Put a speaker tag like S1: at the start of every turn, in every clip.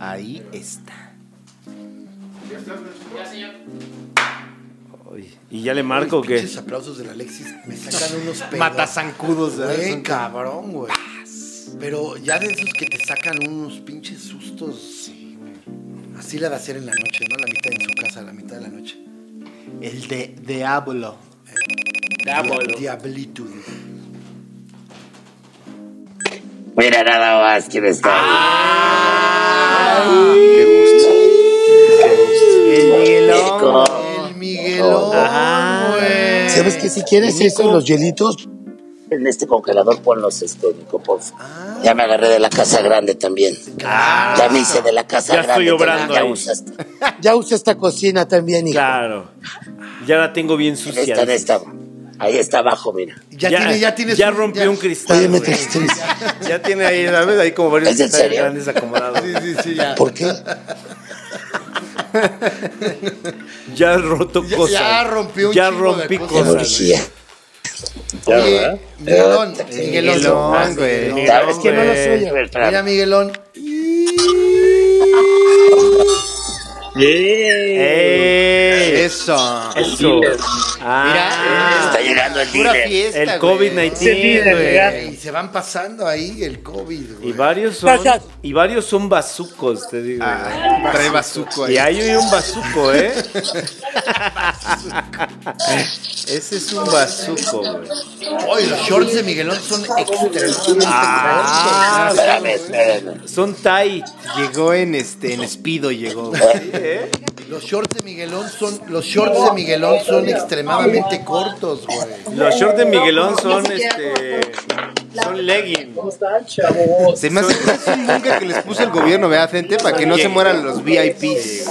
S1: Ahí está.
S2: Ya, señor.
S3: Uy, ¿Y ya le marco o
S4: Los
S3: qué?
S4: pinches aplausos del Alexis me sacan unos pedos.
S1: Matazancudos, ¿verdad?
S4: Güey,
S1: Son-
S4: cabrón, güey. Pero ya de esos que te sacan unos pinches sustos. Así la de hacer en la noche, ¿no? La mitad en su casa, la mitad de la noche.
S1: El de Diablo.
S4: Dia- Diablitud.
S5: Mira nada más quién está ahí.
S1: El Miguelón.
S5: Oh.
S4: El Miguelón,
S3: Ah,
S4: güey.
S5: ¿Sabes que Si quieres eso, los hielitos. En este congelador ponlos, este, Nico, por favor. Ya me agarré de la casa grande también. ya me hice de la casa
S3: Ya estoy
S5: grande.
S3: obrando
S5: también.
S3: ahí. Pues
S5: ya, usa esta, ya usa esta cocina también, hijo.
S3: Claro. Ya la tengo bien
S5: En
S3: sucia.
S5: esta, en esta. Ahí está abajo, mira.
S4: Ya, tiene, ya tienes
S3: ya
S4: un-
S3: rompió
S4: ya-
S3: un cristal.
S5: Oye, me
S3: güey.
S5: tristeza.
S3: Ya tiene ahí, ¿sabes? Ahí como varios
S5: ¿Es en
S3: cristales
S5: serio?
S3: grandes acomodados.
S1: Sí, sí, sí, ya.
S5: ¿Por qué?
S3: Ya roto
S4: Ya-
S3: cosas.
S4: ya rompió un
S3: Ya
S4: chingo de
S3: rompí
S4: cosas.
S5: Qué
S3: cosas.
S5: energía.
S4: Oye, Miguelón,
S5: Eh,
S4: Miguelón,
S1: Miguelón, güey.
S4: Miguelón.
S5: ¿Sabes que no lo
S3: güey.
S5: soy? A ver, espérame.
S4: Mira, Miguelón.
S3: ¡Ey!
S1: Eso.
S3: Eso. Ah,
S5: Está llegando el
S1: Pura
S5: dealer.
S1: fiesta, güey.
S3: el COVID-19, güey.
S4: Y se van pasando ahí el COVID,
S3: Y
S4: güey.
S3: varios son,
S5: Gracias.
S3: y varios son bazucos, te digo.
S1: Ah, Trae bazuco ahí.
S3: y hay un bazuco, ¿eh?
S1: Ese es un bazuco, güey.
S4: Oye, los shorts de Miguelón son extremadamente
S3: Ah,
S4: cortos.
S5: Espérame, espérame.
S3: Son tight.
S1: Llegó en este, en Speedo llegó. güey.
S3: ¿eh?
S4: Los shorts de Miguelón son, los shorts de Miguelón son extremadamente cortos, güey.
S3: Los shorts de Miguelón son este. Son legging.
S1: Se me hace que es un nunca que les puso el gobierno, ¿verdad, gente? Para que no se mueran los VIPs.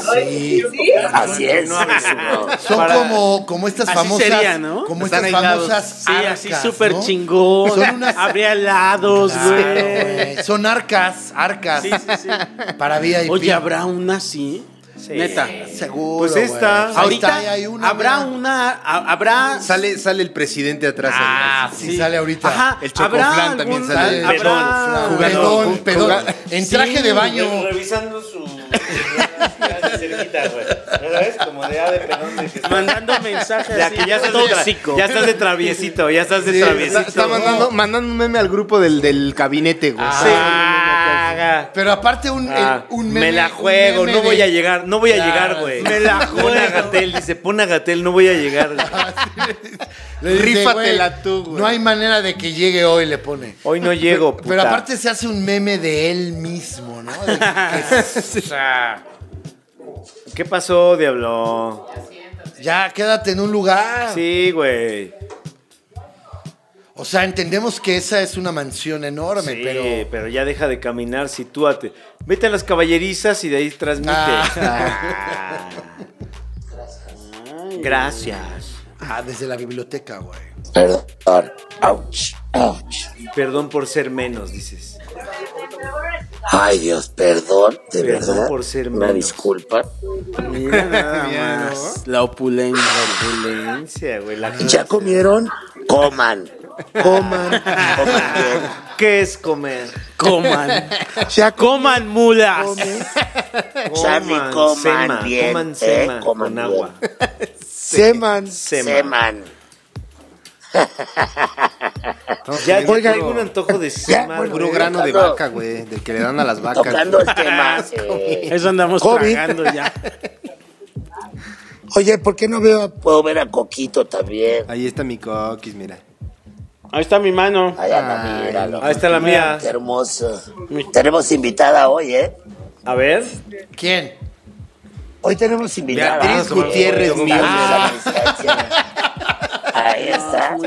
S5: Así es.
S3: No hables, no.
S4: Son
S3: Para-
S4: como, como estas
S6: Así
S4: famosas,
S6: sería, ¿no?
S4: como
S1: Están
S4: estas
S1: aislados.
S4: famosas
S6: Sí,
S4: arcas,
S6: así súper
S4: ¿no?
S6: chingón.
S4: Son unas-
S6: Habría helados,
S3: Ah,
S6: güey.
S4: Güey, Son arcas, arcas
S6: Sí, sí, sí.
S4: para VIP.
S6: Oye, ¿habrá una así? Neta.
S4: seguro.
S3: Pues
S4: güey.
S3: esta-
S4: Ahí
S6: Ahorita
S4: está, hay una,
S6: habrá
S4: mira.
S6: una, ha- habrá
S1: Sale, sale el presidente atrás.
S6: Ah,
S1: ahí.
S4: sí, sale ahorita.
S6: Ajá,
S1: El chocoflán
S6: ¿habrá
S1: también
S6: algún-
S1: sale.
S6: Habrá
S4: Pedón, pedón, pedón. En traje de baño.
S3: Revisando su. cerquita, güey. ¿Sabes? Como de A de pelón de que
S6: mandando mensajes
S3: Ya que ya estás, de tra-
S6: tóxico.
S3: ya estás de traviesito, ya estás de
S1: Sí,
S3: traviesito.
S1: está, está mandando, mandando un meme al grupo del, del gabinete, güey.
S3: Ah, haga.
S4: Pero aparte un,
S3: Ah,
S4: el- un meme.
S3: me la
S4: un
S3: juego,
S4: meme
S3: no
S4: de-
S3: voy a llegar, no voy a
S6: Ya,
S3: llegar, güey.
S6: me la
S3: Pon a
S6: juego.
S3: Gatel, dice, pon a Gatel, no voy a llegar. güey.
S4: Le dice,
S1: Rífatela
S4: güey,
S1: tú, güey.
S4: No hay manera de que llegue hoy, le pone.
S3: Hoy no llego,
S4: Pero
S3: puta.
S4: aparte se hace un meme de él mismo, ¿no? De que es-
S3: ¿Qué pasó, diablo?
S4: ya, quédate en un lugar.
S3: Sí, güey.
S4: O sea, entendemos que esa es una mansión enorme,
S3: Sí, pero...
S4: pero.
S3: ya deja de caminar, sitúate. Vete a las caballerizas y de ahí transmite.
S4: Ah.
S3: Gracias.
S4: Ah, desde la biblioteca, güey.
S5: Perdón. Ouch. Ouch.
S3: Perdón por ser menos, dices.
S5: Ay, Dios, perdón, de
S3: Perdón
S5: verdad.
S3: por ser
S5: Una
S3: menos.
S5: disculpa.
S6: Mira nada más. La opulencia.
S3: Violencia, güey. la
S5: ¿Ya
S3: clase.
S5: comieron? Coman. Coman. Coman bien.
S3: ¿Qué es comer?
S6: Coman.
S5: Ya
S6: Coman mulas.
S5: Chami,
S3: Coman,
S5: coman
S3: sema,
S5: bien,
S3: coman
S5: eh,
S3: sema
S5: coman
S3: con
S5: bien.
S3: agua.
S7: Seman.
S3: Sema.
S5: Seman.
S3: Ya
S1: Oigan,
S3: ya traigo un antojo de sema.
S5: bueno,
S1: Puro
S3: güey.
S1: grano de
S5: tocando-
S1: vaca, güey. Del que le dan a las vacas.
S5: Tocando el tema. eh,
S6: Eso andamos
S7: COVID.
S6: tragando ya.
S7: Oye, ¿por qué no veo a
S5: puedo ver a Coquito también.
S1: Ahí está mi coquis, mira.
S6: Ahí está mi mano.
S5: Ahí anda, míralo.
S3: Ahí está la mía.
S5: Qué hermoso. Tenemos invitada hoy, ¿eh?
S3: A ver.
S4: ¿Quién?
S5: Hoy tenemos invitada.
S1: Beatriz
S5: Eh,
S1: Gutiérrez
S5: estamos
S1: Miguel.
S5: a la distancia. Ahí está.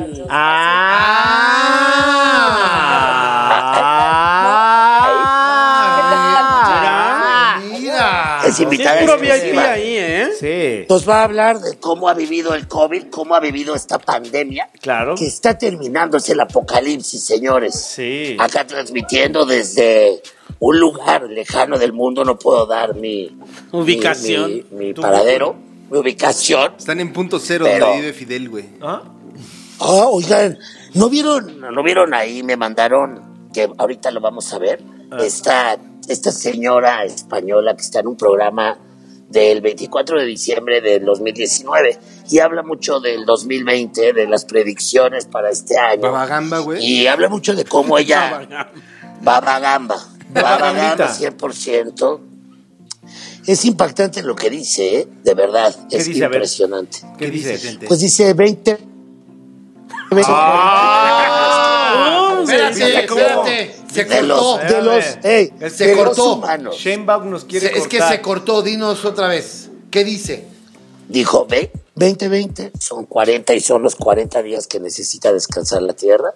S3: Ah.
S4: Mira.
S5: Es
S6: Sí,
S5: invitada
S6: puro VIP
S5: exclusiva.
S6: ahí, ¿eh?
S3: Sí,
S5: Nos va a hablar de cómo ha vivido el COVID, cómo ha vivido esta pandemia,
S3: claro.
S5: que está terminándose el apocalipsis, señores.
S3: Sí.
S5: Acá transmitiendo desde un lugar lejano del mundo, no puedo dar mi
S6: Ubicación.
S5: mi, mi- mi paradero, mi ubicación.
S1: Están en punto cero
S5: Pero-
S1: donde vive Fidel, güey.
S3: ¿Ah?
S5: Ah, oigan, ¿no vieron, no vieron ahí? Me mandaron, que ahorita lo vamos a ver, esta esta señora española que está en un programa del 24 de diciembre del 2019 y habla mucho del 2020, de las predicciones para este año.
S1: Babagamba, güey.
S5: Y habla mucho de cómo ella... Babagamba. Babagamba 100%. Es impactante lo que dice, ¿eh? de verdad,
S3: ¿Qué
S5: es
S3: dice? A ver.
S5: impresionante.
S1: ¿Qué dices, gente?
S5: Pues dice 20.
S1: ¡Ah!
S4: Espérate,
S1: Espérate, ¿cómo?
S4: espérate. Se
S5: de
S4: cortó.
S5: los, de los, ey,
S1: Se
S5: de los
S4: cortó.
S5: humanos.
S3: Shane Baum nos quiere
S4: Se- es que
S3: cortar.
S4: se cortó. Dinos otra vez. ¿Qué dice?
S5: Dijo, ve, 2020 son 40 y son los 40 días que necesita descansar la Tierra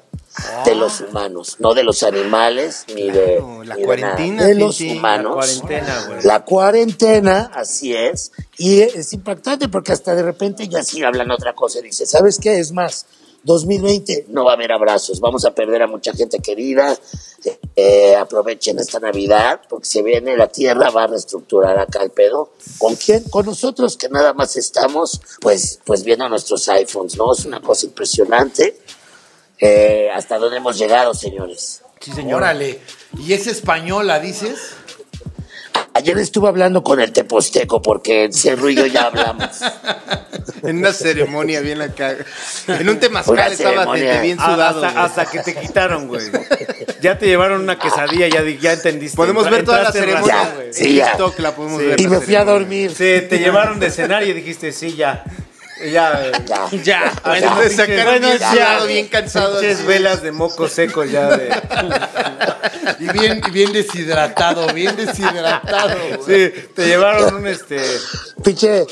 S5: de los humanos, no de los animales ni de,
S1: Ah. Claro, la
S5: ni de
S1: cuarentena,
S5: nada. de los
S1: sí, sí, la
S5: humanos.
S3: cuarentena, güey.
S5: La cuarentena, así es, y es impactante porque hasta de repente ya sí hablan otra cosa y dice, ¿sabes qué? Es más, 2020 no va a haber abrazos, vamos a perder a mucha gente querida, eh, aprovechen esta Navidad porque se viene la tierra, va a reestructurar acá el pedo. ¿Con quién? Con nosotros que nada más estamos pues, pues viendo nuestros iPhones, ¿no? Es una cosa impresionante. Eh, ¿Hasta dónde hemos llegado, señores?
S4: Sí, señor. Órale. ¿Y es española, dices?
S5: Ayer estuve hablando con el teposteco porque ese ruido ya hablamos.
S1: En una ceremonia bien acá. En un
S5: Una
S1: temazcal estaba
S5: ceremonia.
S1: gente bien
S3: Ah,
S1: sudado.
S3: hasta,
S1: güey.
S3: hasta que te quitaron, güey. Ya te llevaron una quesadilla, ya, di- ya entendiste.
S1: Podemos ver toda la
S3: Entraste en
S1: ceremonia,
S3: razón,
S1: güey.
S3: güey.
S5: Sí, ya.
S1: En TikTok la podemos
S3: Sí.
S1: ver.
S5: Y
S1: la
S5: me fui a
S1: ceremonia.
S5: dormir.
S3: Sí, te llevaron de cenar y dijiste, sí, ya. Ya, eh,
S5: Ya.
S3: ya.
S1: Bueno, te Ah, sacaron bien
S3: ya,
S1: sudado,
S3: güey.
S1: bien cansado.
S3: Pinches
S1: así.
S3: velas de moco seco ya de.
S4: Y bien, y bien deshidratado, bien deshidratado. güey.
S3: Sí, te llevaron un este.
S5: Pinche,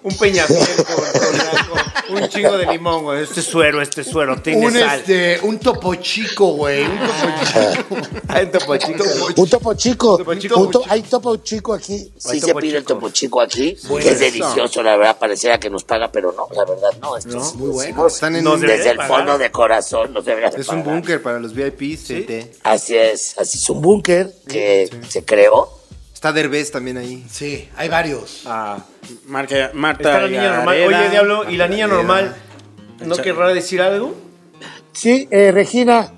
S3: Un peñafiel con, con la- con un chingo de limón, güey. Este suero, este suero, tiene
S4: Un,
S3: sal.
S4: este, un topo chico, güey. Un topo chico.
S3: Ah, en Topo Chico.
S5: un topo chico.
S3: Topo
S5: un
S3: chico.
S5: to- hay topo chico aquí.
S3: Hay
S5: Sí se
S3: topo
S5: pide el
S3: chico.
S5: topo chico aquí, que es delicioso, la verdad, pareciera que nos paga, pero no, la verdad no. Esto es muy bueno.
S1: Están en
S3: Nos
S1: un-
S3: deberían
S5: Desde el
S3: pagar.
S5: fondo de corazón nos debería de
S1: es un
S5: pagar.
S1: búnker para los VIPs. gente.
S5: Así es, así es un búnker que se creó.
S1: Está Derbez también ahí.
S4: Sí, hay varios.
S3: Ah,
S6: Marca-
S3: está
S6: Marta
S3: la niña normal.
S6: Gareda.
S3: Oye, Diablo, ¿y la niña normal no querrá decir algo?
S5: Sí, eh, Regina.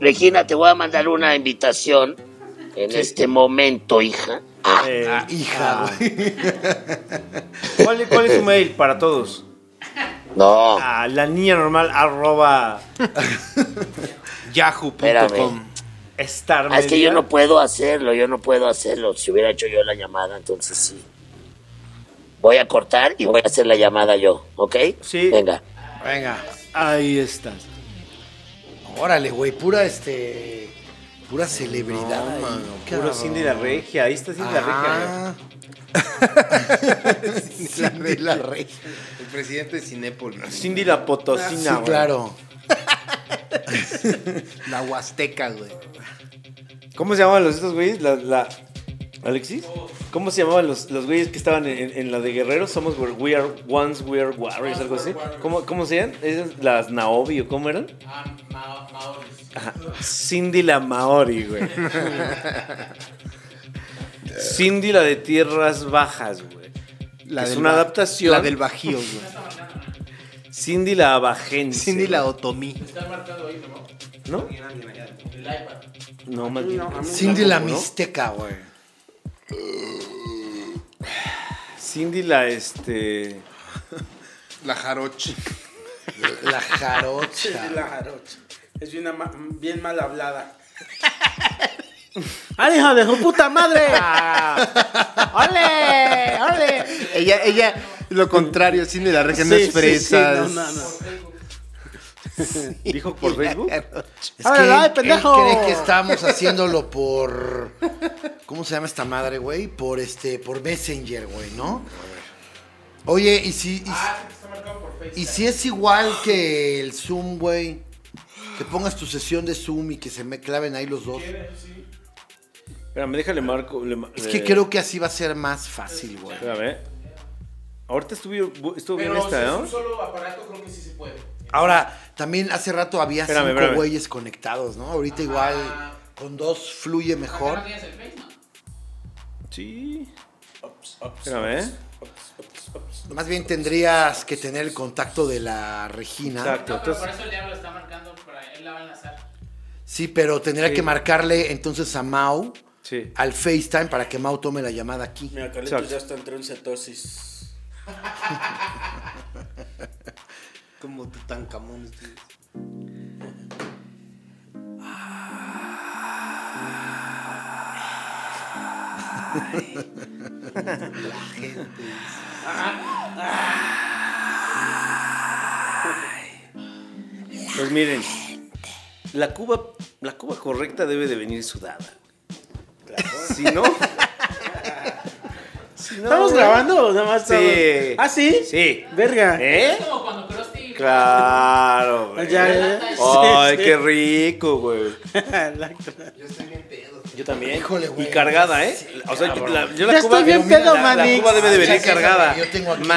S5: Regina, te voy a mandar una invitación en este momento, hija. Ah,
S3: Eh,
S4: Hija, güey.
S3: ¿cuál, cuál es su mail para todos?
S5: no,
S3: Ah, la niña normal arroba
S5: espérame.
S1: Yahoo.com.
S3: star
S5: Ah, es que
S3: media.
S5: yo no puedo hacerlo, yo no puedo hacerlo. Si hubiera hecho yo la llamada, entonces sí. Voy a cortar y voy a hacer la llamada yo, ¿ok?
S3: Sí.
S5: Venga.
S4: Venga.
S3: Ahí estás.
S4: Órale, güey. Pura, este... Pura celebridad. ahí, cabrón.
S3: Puro Cindy la Regia. Ahí está Cindy la Regia.
S4: Ah. Cindy la Regia.
S1: El presidente de Cinépolis.
S3: Cindy la Potosina.
S4: Sí,
S3: güey.
S4: claro.
S1: La Huasteca, güey.
S3: ¿Cómo se llamaban los estos güeyes? La, la- ¿Alexis? ¿Cómo se llamaban los, los güeyes que estaban en, en- en la de Guerreros? Somos War- We Are Once, We Are Warriors, Ah, algo así. ¿Cómo, cómo se llaman? Esas- las Naobi o cómo eran? Ajá. Cindy la Maori, güey. Cindy la de Tierras Bajas, güey.
S1: La
S3: Es
S1: del
S3: una
S1: Ba-
S3: adaptación.
S1: La del Bajío, güey.
S3: Cindy la Abajense.
S1: Cindy la Otomí.
S3: ¿No? No, más bien.
S4: Cindy la
S3: ¿no?
S4: Mixteca, güey.
S3: Cindy la este.
S1: La Jarochi.
S4: La jarocha.
S6: La jarocha. Es una ma- bien mal hablada. ¡Ah, hijo de su puta madre!
S3: Ah. Eh,
S6: ¡Ole! ¡Ole!
S1: Ella, ella, lo contrario, Cindy la Regia no
S6: Sí,
S1: es
S6: sí,
S1: fresas.
S6: sí, no, no, no.
S3: ¿Dijo por Facebook?
S4: Es
S6: ¡Ay,
S4: que
S6: ay,
S4: él,
S6: pendejo!
S4: él cree que estábamos haciéndolo por. ¿Cómo se llama esta madre, güey? Por este. Por Messenger, güey, ¿no? Oye, y si. Y, y si es igual que el Zoom, güey. Que pongas tu sesión de Zoom y que se me claven ahí los dos.
S3: Espérame, déjale marco. le ma-
S4: Es que
S3: eh,
S4: creo que así va a ser más fácil, güey.
S3: Espérame. Ahorita estuvo, bu- estuvo bien esta, ¿no?
S4: Ahora, también hace rato había
S3: Espérame,
S4: cinco
S3: espérame.
S4: güeyes conectados, ¿no? Ahorita igual con dos fluye mejor.
S3: Sí. Espérame, ¿eh?
S4: Más bien tendrías que tener el contacto de la Regina.
S3: Exacto.
S2: No, pero por
S3: Entonces,
S2: eso el diablo está marcando para él la va a enlazar.
S4: Sí, pero tendría que marcarle entonces a Mau
S3: Sí.
S4: al FaceTime para que Mau tome la llamada aquí.
S6: Mira, Carlitos
S3: Exacto.
S6: ya está entró en cetosis.
S1: Como Tutankamón.
S3: Pues miren, la cuba, la cuba correcta debe de venir sudada. Si no, si no,
S6: ¿Estamos
S3: güey.
S6: grabando o nada más?
S3: Sí.
S6: estamos- ¿Ah, sí?
S3: Sí.
S6: Verga. Pues
S3: ¿Eh?
S2: Como cuando Krusty.
S3: Claro,
S6: Ya,
S3: güey.
S6: ya, ya.
S3: Ay,
S6: Sí,
S3: qué
S6: sí.
S3: rico, güey.
S6: La-
S3: Yo también.
S4: Híjole, güey.
S3: Y cargada, ¿eh? o sea, yo la, yo la
S6: Ya
S3: cuba.
S6: estoy bien
S3: Mira,
S6: pedo,
S3: la-
S6: Manix.
S3: La cuba debe de
S4: Ya
S3: venir
S4: sé,
S3: cargada.
S4: yo tengo aquí.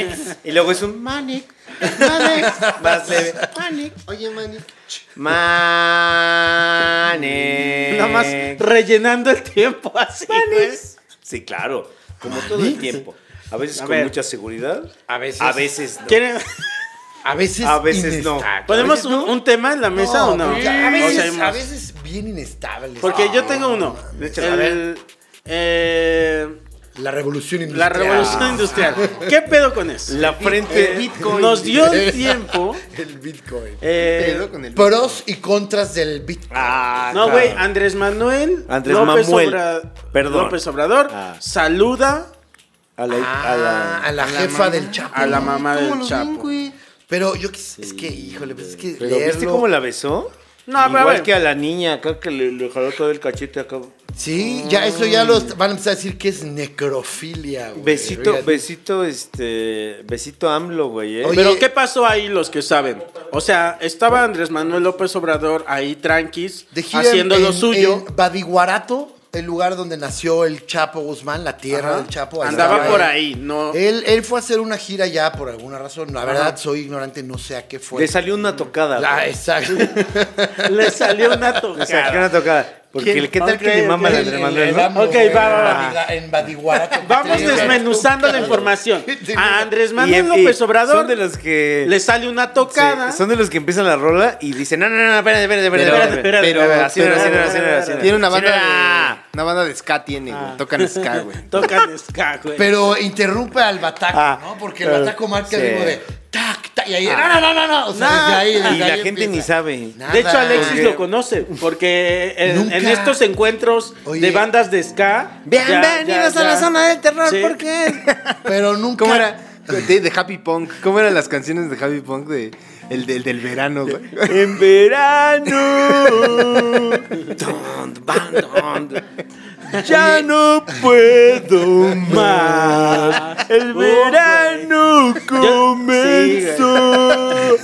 S3: Manix. Y luego es un Manix. Manix. Más leve.
S1: Oye, Manny.
S3: Manix.
S6: Nada más rellenando el tiempo así. güey.
S3: Sí, claro. Como todo el tiempo. A veces
S6: A
S3: con
S6: ver.
S3: mucha seguridad.
S4: A veces-
S3: A veces no.
S6: ¿Quieren-
S4: A veces,
S3: A veces no.
S4: inestable.
S6: Ah, ¿Ponemos un, un tema en la mesa o no?
S4: porque A
S6: O sea,
S4: veces,
S6: hay
S4: a
S6: más.
S4: veces bien inestable.
S6: Porque yo
S4: Ah,
S6: tengo uno.
S4: échale, a
S6: El- eh,
S4: La revolución
S6: la
S4: industrial.
S6: revolución industrial. ¿Qué pedo con eso?
S3: La
S1: El
S3: frente.
S1: Bitcoin.
S6: Nos dio el tiempo.
S4: El Bitcoin.
S6: eh,
S1: Pedo con el
S4: Pros y contras del Bitcoin.
S3: Ah,
S6: no,
S3: claro.
S6: güey, Andrés Manuel
S3: Andrés
S6: López,
S3: Manuel.
S6: Obra-
S3: Perdón.
S6: López Obrador
S3: Ah.
S6: saluda
S3: A la,
S4: Ah,
S3: a la-
S4: a la jefa del Chapo.
S6: a la mamá
S4: ¿Cómo
S6: del
S4: lo ven,
S6: Chapo.
S4: güey? Pero yo quis- es que, híjole, pues es que
S3: Pero ¿viste
S4: leerlo-
S3: cómo la besó?
S6: No, pero a
S3: Igual
S6: ver.
S3: que a la niña acá que le, le jaló todo el cachete acá.
S4: Sí, ya eso ya lo est- van a empezar a decir que es necrofilia, güey.
S3: Besito,
S4: Oigan,
S3: besito, este. Besito AMLO, güey. ¿eh?
S4: Oye,
S6: Pero ¿qué pasó ahí los que saben? O sea, estaba Andrés Manuel López Obrador ahí tranquis
S4: de gira
S6: haciendo
S4: en-
S6: lo suyo.
S4: En Badiguarato, el lugar donde nació el Chapo Guzmán, la tierra
S6: Ajá.
S4: del Chapo. Eh. ahí
S6: Andaba
S4: estaba
S6: por
S4: él.
S6: ahí, no.
S4: Él, él fue a hacer una gira ya por alguna razón. La verdad, soy ignorante, no sé a qué fue.
S3: le salió una tocada.
S4: Ah,
S3: güey.
S4: exacto.
S6: Le salió una
S3: Le salió
S6: tocada.
S3: una tocada. Porque
S6: ¿Quién?
S3: el que tal
S6: Ok,
S3: que le mama
S6: ok.
S3: a Andrés Manuel,
S4: El
S3: ¿no?
S4: AMLO,
S6: Ok,
S4: güey,
S6: va, va, va.
S4: en Badiga- En Badiguarato.
S6: Vamos
S4: Sí,
S6: desmenuzando la información. A Andrés Manuel
S3: Y- y
S6: López Obrador
S3: Son de los que.
S6: le sale una tocada.
S3: Sí, son de los que empiezan la rola y dicen, no, no, no, espérate, espérate, espérate.
S6: Pero-
S3: espérate,
S6: espérate,
S3: pero
S6: espérate,
S3: así no era, así no era, así no era, así no era.
S1: Tiene una
S3: Así
S1: banda
S3: no
S1: de,
S3: era. Ah.
S1: una banda de ska tiene, güey. Tocan ska, güey.
S6: Tocan ska, güey.
S4: Pero interrumpe al bataco,
S3: Ah,
S4: ¿no? Porque
S6: eh,
S3: claro.
S4: el bataco marca
S3: Sí.
S4: el ritmo de tac, tac, y ahí,
S6: Ah.
S4: no, no, no, no, no, o sea,
S6: Nah.
S4: desde ahí, desde
S3: Y la
S4: ahí
S3: gente ni
S4: empieza.
S3: sabe.
S4: Nada.
S6: de hecho, Alexis
S3: Oye.
S6: lo conoce, porque en,
S4: Nunca.
S6: en estos encuentros de
S4: Oye.
S6: bandas de ska. ya-
S3: Bienvenidos
S6: ya-
S3: a la
S6: ya-
S3: zona del terror,
S6: Sí.
S3: ¿por qué?
S4: Pero nunca.
S1: ¿Cómo era? De, de Happy Punk. ¿Cómo eran las canciones de Happy Punk de, el, del- del verano, güey?
S3: En verano. Don, van, don. Ya no puedo más. El pues. verano comenzó.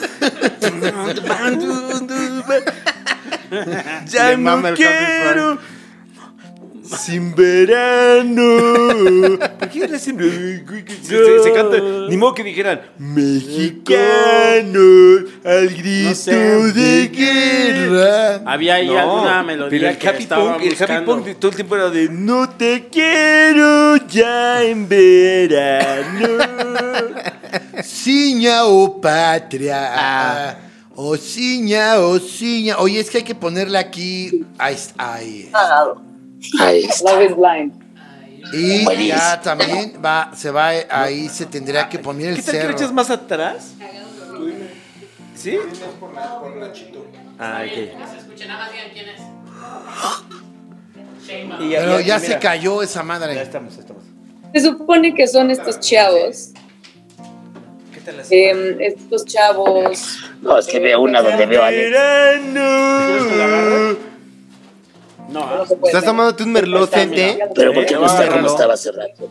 S3: Don, van, don, don, van. Ya
S1: Le mama
S3: no
S1: el Happy
S3: quiero. Sin verano. ¿Por qué era sin- Se, se canta. Ni modo que dijeran mexicanos al grito
S6: No sé.
S3: de
S4: Ah.
S3: guerra.
S6: Había ahí alguna melodía
S3: Pero el
S6: que
S3: Happy
S6: estaba
S3: Punk, el Happy
S6: buscando.
S3: Punk de todo el tiempo era de No te quiero ya en verano.
S4: Siña o oh patria. Oh, O siña, o siña. Oye, es que hay que ponerle aquí. Ahí, está, ahí.
S5: Ahí está.
S8: Love is blind.
S4: Y
S5: Buenísimo.
S4: ya también va, se va, ahí se tendría que poner el
S3: ¿Qué tal que lo
S4: cerro.
S3: echas más atrás? ¿Sí? Ah, ok.
S2: No se escucha, nada más digan quién es. Sheinbaum.
S3: Y
S4: Pero
S3: y
S4: ya se
S3: mira,
S4: cayó esa
S3: Ya
S4: madre.
S3: estamos, ya estamos.
S8: Se supone que son estos chavos.
S3: ¿Qué tal la
S8: em, estos chavos.
S5: No, es que veo una donde veo a Alex.
S3: Verano.
S6: No,
S1: Estás tomándote un merlot, gente.
S5: Pero ¿por qué no está como
S3: Agárralo.
S5: estaba hace rato?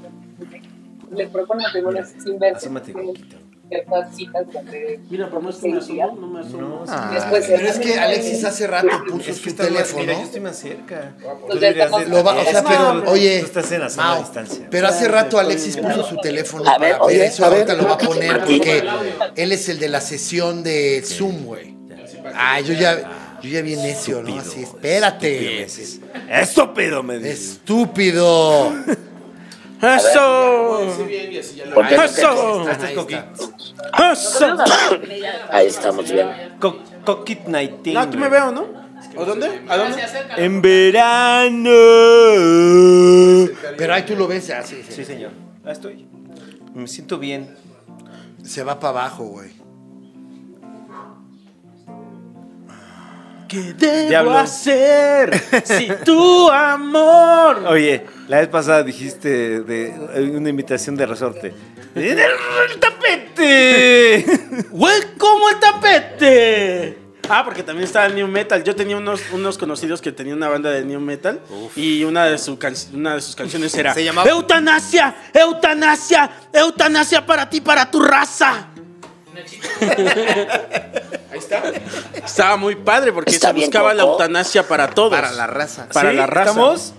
S8: Les propongo primero sin
S3: Asómate, Coquito.
S8: ciertas citas donde
S6: mira, por más que me asomo, no me asomo.
S8: después
S4: Ah. Pero es que Alexis hace rato puso su teléfono.
S3: más cerca.
S5: Pues
S8: Tú deberías de-
S4: Lo va- o sea, pero, oye,
S3: Tú estás en la zona
S4: Mau,
S3: de distancia.
S4: pero hace rato Alexis puso su teléfono
S5: A ver,
S4: para ver
S5: oye,
S4: eso,
S5: a ver.
S4: ahorita lo va a poner
S5: Martín.
S4: porque él es el de la sesión de Zoom, güey. Ah, yo ya, yo ya vi necio, ¿no? Así, espérate.
S3: Eso pedo me dices.
S4: Estúpido.
S6: ¡Eso!
S5: ¿Por qué no te-
S6: ¡Eso!
S4: Ahí está.
S6: ¡Eso!
S5: Ahí estamos bien.
S3: Co- Coquit 19.
S6: No, tú me veo, ¿no? ¿O dónde? ¿A dónde?
S2: Se acerca.
S3: En verano.
S4: Pero ahí tú lo ves así.
S3: Sí, señor. Ah, estoy. Me siento bien.
S4: Se va para abajo, güey.
S6: ¿Qué debo
S3: Diablo.
S6: hacer si tu amor?
S3: Oye, la vez pasada dijiste de hay una invitación de resorte. ¡El, tapete!
S6: ¡Güey, cómo el tapete! Ah, porque también estaba el New Metal. Yo tenía unos, unos conocidos que tenían una banda de New Metal y una de, su can- una de sus canciones era
S1: Se llamaba-
S6: Eutanasia, eutanasia, eutanasia para ti, para tu raza. Ahí está. Estaba muy padre porque
S5: Está
S6: se
S5: bien,
S6: buscaba la
S5: Coco.
S6: eutanasia para todos.
S1: Para la raza.
S6: Para
S3: ¿Sí?
S6: la raza.
S3: ¿Estamos?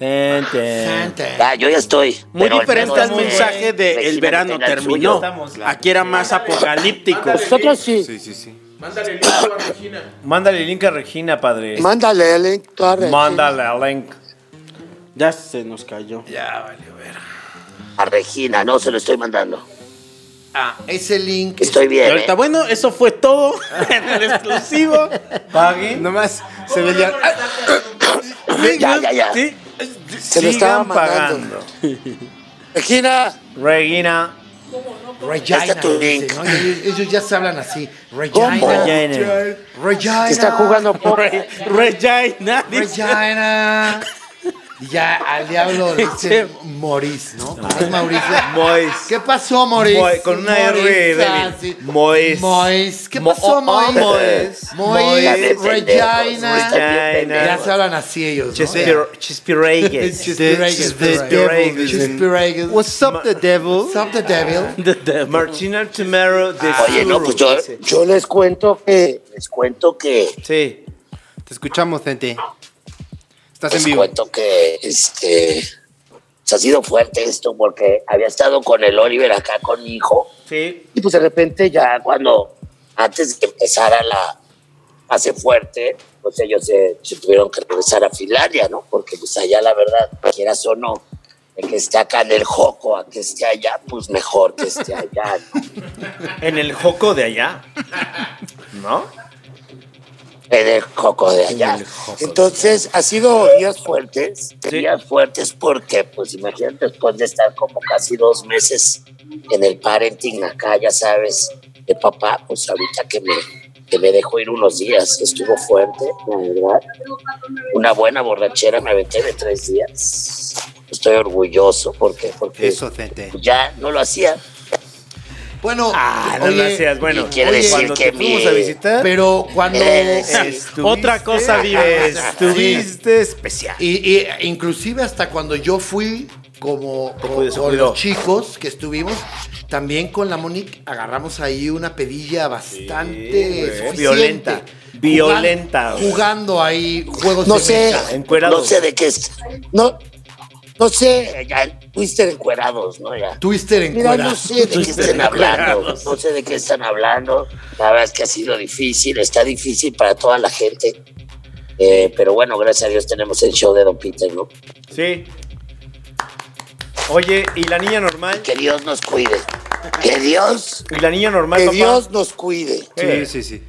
S2: Eh,
S3: Ten, ten.
S4: Santa.
S5: Ah, yo ya estoy.
S6: Muy
S5: pero
S6: diferente
S5: menos
S6: al
S5: muy
S6: mensaje
S5: buen
S6: de
S5: régimen
S6: El
S5: que
S6: verano
S5: tenga el
S6: terminó.
S5: suyo.
S3: Estamos, la-
S6: Aquí era más apocalíptico.
S7: Nosotros sí.
S1: Sí, sí, sí.
S9: Mándale el libro a Regina.
S3: Mándale el link a Regina, padre.
S7: Mándale el link. tú arre.
S3: Mándale el link.
S6: Ya se nos cayó.
S5: A Regina, no se lo estoy mandando.
S4: Ah, ese link.
S5: Estoy
S6: Y
S5: bien.
S6: ahorita,
S5: ¿eh?
S6: bueno, eso fue todo en el exclusivo.
S3: Paguen.
S1: Nomás se veía.
S5: ¿eh? Ya, ya, ya.
S3: Sí.
S7: Se lo
S3: Sigan
S7: estaba
S3: pagando.
S7: mandando. Regina,
S3: Regina.
S5: Ahí
S4: Regina.
S5: está tu
S4: dice,
S5: link.
S4: ¿no? Y Ellos ya se hablan así. Regina.
S5: ¿Cómo?
S3: Regina.
S4: Regina.
S7: que está jugando por.
S6: Re- Regina. dice.
S4: Regina. Pues Y ya al diablo le dice Moris, ¿no? ¿Cómo es Mauricio?
S3: Mois.
S4: ¿Qué pasó, Moris?
S3: Mois, con una R
S4: Moris,
S3: débil.
S4: ah, sí.
S3: Mois.
S4: Mois. ¿Qué
S3: Mo-
S4: pasó,
S3: oh,
S4: Mois?
S3: Mois.
S5: Ya
S4: Mois.
S5: ves, pendejos,
S4: Regina.
S5: están bien
S3: Regina.
S4: Ya
S5: pendejos.
S4: se hablan así ellos, ¿no? Ya.
S3: Chispiregues.
S4: Chispiregues.
S3: Chispiregues.
S4: Chispiregues.
S1: What's up, the devil?
S4: What's up, the devil?
S3: Martina Tomero de
S5: Oye, no, pues yo,
S3: Sí.
S5: yo les cuento que. Les cuento que.
S3: Sí.
S1: Te escuchamos, gente. Estás en
S5: Les
S1: vivo.
S5: cuento que. Este. pues, Ha sido fuerte esto porque había estado con el Oliver acá con mi hijo.
S3: Sí.
S5: Y pues de repente ya cuando, antes de que empezara la fase fuerte, pues ellos se, se tuvieron que regresar a Finlandia, ¿no? Porque pues allá la verdad, quieras o no, el que está acá en el Joco, a que esté allá, pues mejor que esté allá. ¿no?
S3: En el joco de allá. ¿No?
S5: En el Joco de allá. Entonces, ha sido días fuertes, días fuertes porque, pues imagínate, después de estar como casi dos meses en el parenting acá, ya sabes, de papá, pues ahorita que me, que me dejó ir unos días, estuvo fuerte, la verdad. Una buena borrachera me aventé de tres días. Estoy orgulloso porque, porque
S1: Eso, gente.
S5: ya no lo hacía.
S4: Bueno,
S3: Ah, no
S4: oye,
S3: lo hacías. Bueno,
S5: y quiere decir
S3: cuando
S5: que
S3: te fuimos
S5: mi-
S3: a visitar,
S4: pero cuando...
S5: Eh, sí.
S1: Estuviste-
S6: Otra cosa vives.
S3: Este
S1: Estuviste especial.
S4: Y, y, inclusive hasta cuando yo fui como, como
S3: cuidó, se
S4: con
S3: cuidó.
S4: los chicos que estuvimos, también con la Monique agarramos ahí una pedilla
S3: Sí, güey.
S4: bastante suficiente.
S3: Violenta.
S4: Jugan-
S3: Violenta, güey.
S4: Jugando, ahí juegos
S7: No
S4: de
S7: sé.
S4: mesa.
S3: encuerado.
S5: No sé de qué es.
S7: No,
S5: No sé, Eh, ya fuiste encuerados, ¿no? Ya.
S4: Twister en
S7: Mira,
S4: cuera.
S5: No sé de qué están hablando, no sé de qué están hablando. La verdad es que ha sido difícil, está difícil para toda la gente. Eh, pero bueno, gracias a Dios tenemos el show de Don Peter, ¿no?
S3: Sí. Oye, ¿y la niña normal?
S5: Que Dios nos cuide. Que Dios,
S3: ¿Y la niña normal,
S5: que
S3: papá?
S5: Dios nos cuide.
S3: Eh.
S1: Sí, sí, sí.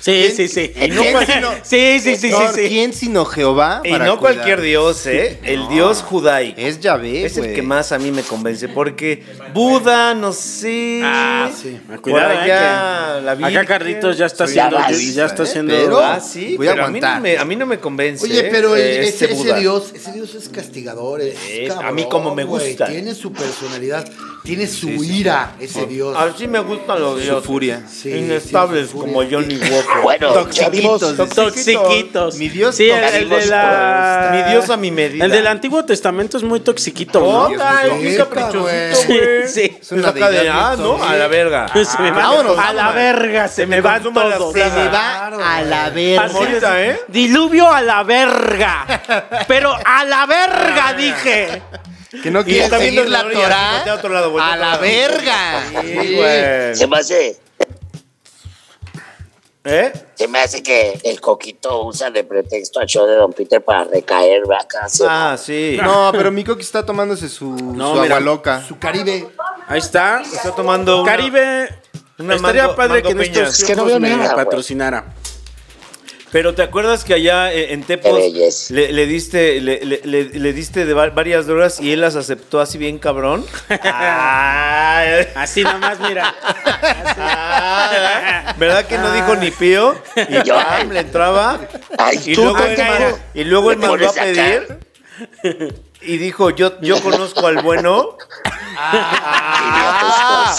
S6: Sí, sí, sí.
S5: ¿Y
S1: no
S6: Sí,
S1: cual-
S6: sí, sí, sí, sí,
S1: No,
S6: sí.
S1: ¿Quién sino Jehová?
S3: Y
S1: para
S3: no cualquier
S1: cuidar?
S3: dios, ¿eh? El dios judaico.
S1: Es Yahvé,
S3: Es el
S1: güey.
S3: que más a mí me convence, porque Buda, no sé.
S4: Ah, sí.
S6: Cuidado,
S3: por allá, la Virgen.
S6: ¿eh? Acá Carlitos ya está
S1: Soy
S6: haciendo.
S1: budista,
S6: Ya está
S1: ¿eh?
S6: haciendo.
S1: Pero-
S3: Ah, sí,
S1: Voy a
S3: pero a mí, no
S1: aguantar.
S3: me, a mí no me convence.
S4: Oye,
S3: ¿eh?
S4: pero el-
S3: Eh,
S4: ese,
S3: este
S4: ese
S3: Buda.
S4: dios, ese dios es castigador, es
S3: Es- a
S4: cabrón,
S3: mí como me
S4: güey.
S3: gusta.
S4: Tiene su personalidad, tiene su ira, ese dios.
S3: Así me gustan los
S1: Su
S3: dioses.
S1: furia.
S4: Sí,
S3: Inestables
S4: sí, su
S3: como
S4: furia.
S3: Johnny Walker.
S5: Bueno, ya vimos-
S1: Toxiquitos.
S6: Toxiquitos.
S1: Mi Dios
S6: sí, el, el de
S5: toxiquitos.
S6: la.
S3: Mi Dios a mi medida.
S6: El del Antiguo Testamento es muy toxiquito, ¿no?
S3: Puta, es muy
S4: Neta,
S3: caprichosito,
S4: güey.
S3: güey.
S6: Sí, sí.
S1: Es una
S3: Saca de-
S1: deidad,
S3: ah,
S1: Milton.
S3: ¿no? A la verga. Ah,
S6: Se me va-
S1: vámonos,
S6: a la
S1: vámonos.
S6: verga, se me van
S3: consuman las
S6: todos.
S3: plagas.
S4: Ah,
S1: a la
S6: Así
S1: verga.
S3: Ahorita,
S6: es.
S3: ¿eh?
S6: Diluvio a la verga. Pero a la verga dije.
S1: Que no
S3: Y
S1: quiere
S3: está viendo
S1: seguir la
S3: la orilla, voltea
S1: Torah.
S3: a otro lado, voltea a
S1: A
S3: otro
S1: la
S3: lado.
S1: verga.
S3: Sí, güey.
S5: Se me hace,
S3: ¿Eh?
S5: se me hace que el coquito usa de pretexto al show de Don Peter para recaer acá. sí.
S3: Ah, sí.
S1: No, pero mi coqui está tomándose su, su
S6: mira.
S1: agua loca.
S4: Su Caribe.
S6: Ahí está.
S3: Está tomando una-
S6: Caribe.
S3: Una
S6: Estaría
S3: mango- mango
S6: padre que en
S3: piña.
S6: estos
S5: Es que no veo
S6: tiempos me
S5: nada, pues. güey.
S6: patrocinara.
S3: Pero te acuerdas que allá eh, en
S5: Qué
S3: Tepos
S5: belleza.
S3: le, le diste le, le- le- le diste de va- varias drogas y él las aceptó así bien cabrón. Ay,
S6: Así nomás, mira.
S3: ah, ¿Verdad que no dijo ni pío? Y
S5: Yo-
S3: pam, le entraba.
S5: Ay,
S3: Y
S5: tú,
S3: luego, él,
S5: pendejo.
S3: ma- y luego él
S5: ¿Me
S3: mandó a
S5: pones acá?
S3: pedir. Y dijo, yo, yo conozco al bueno. Ah,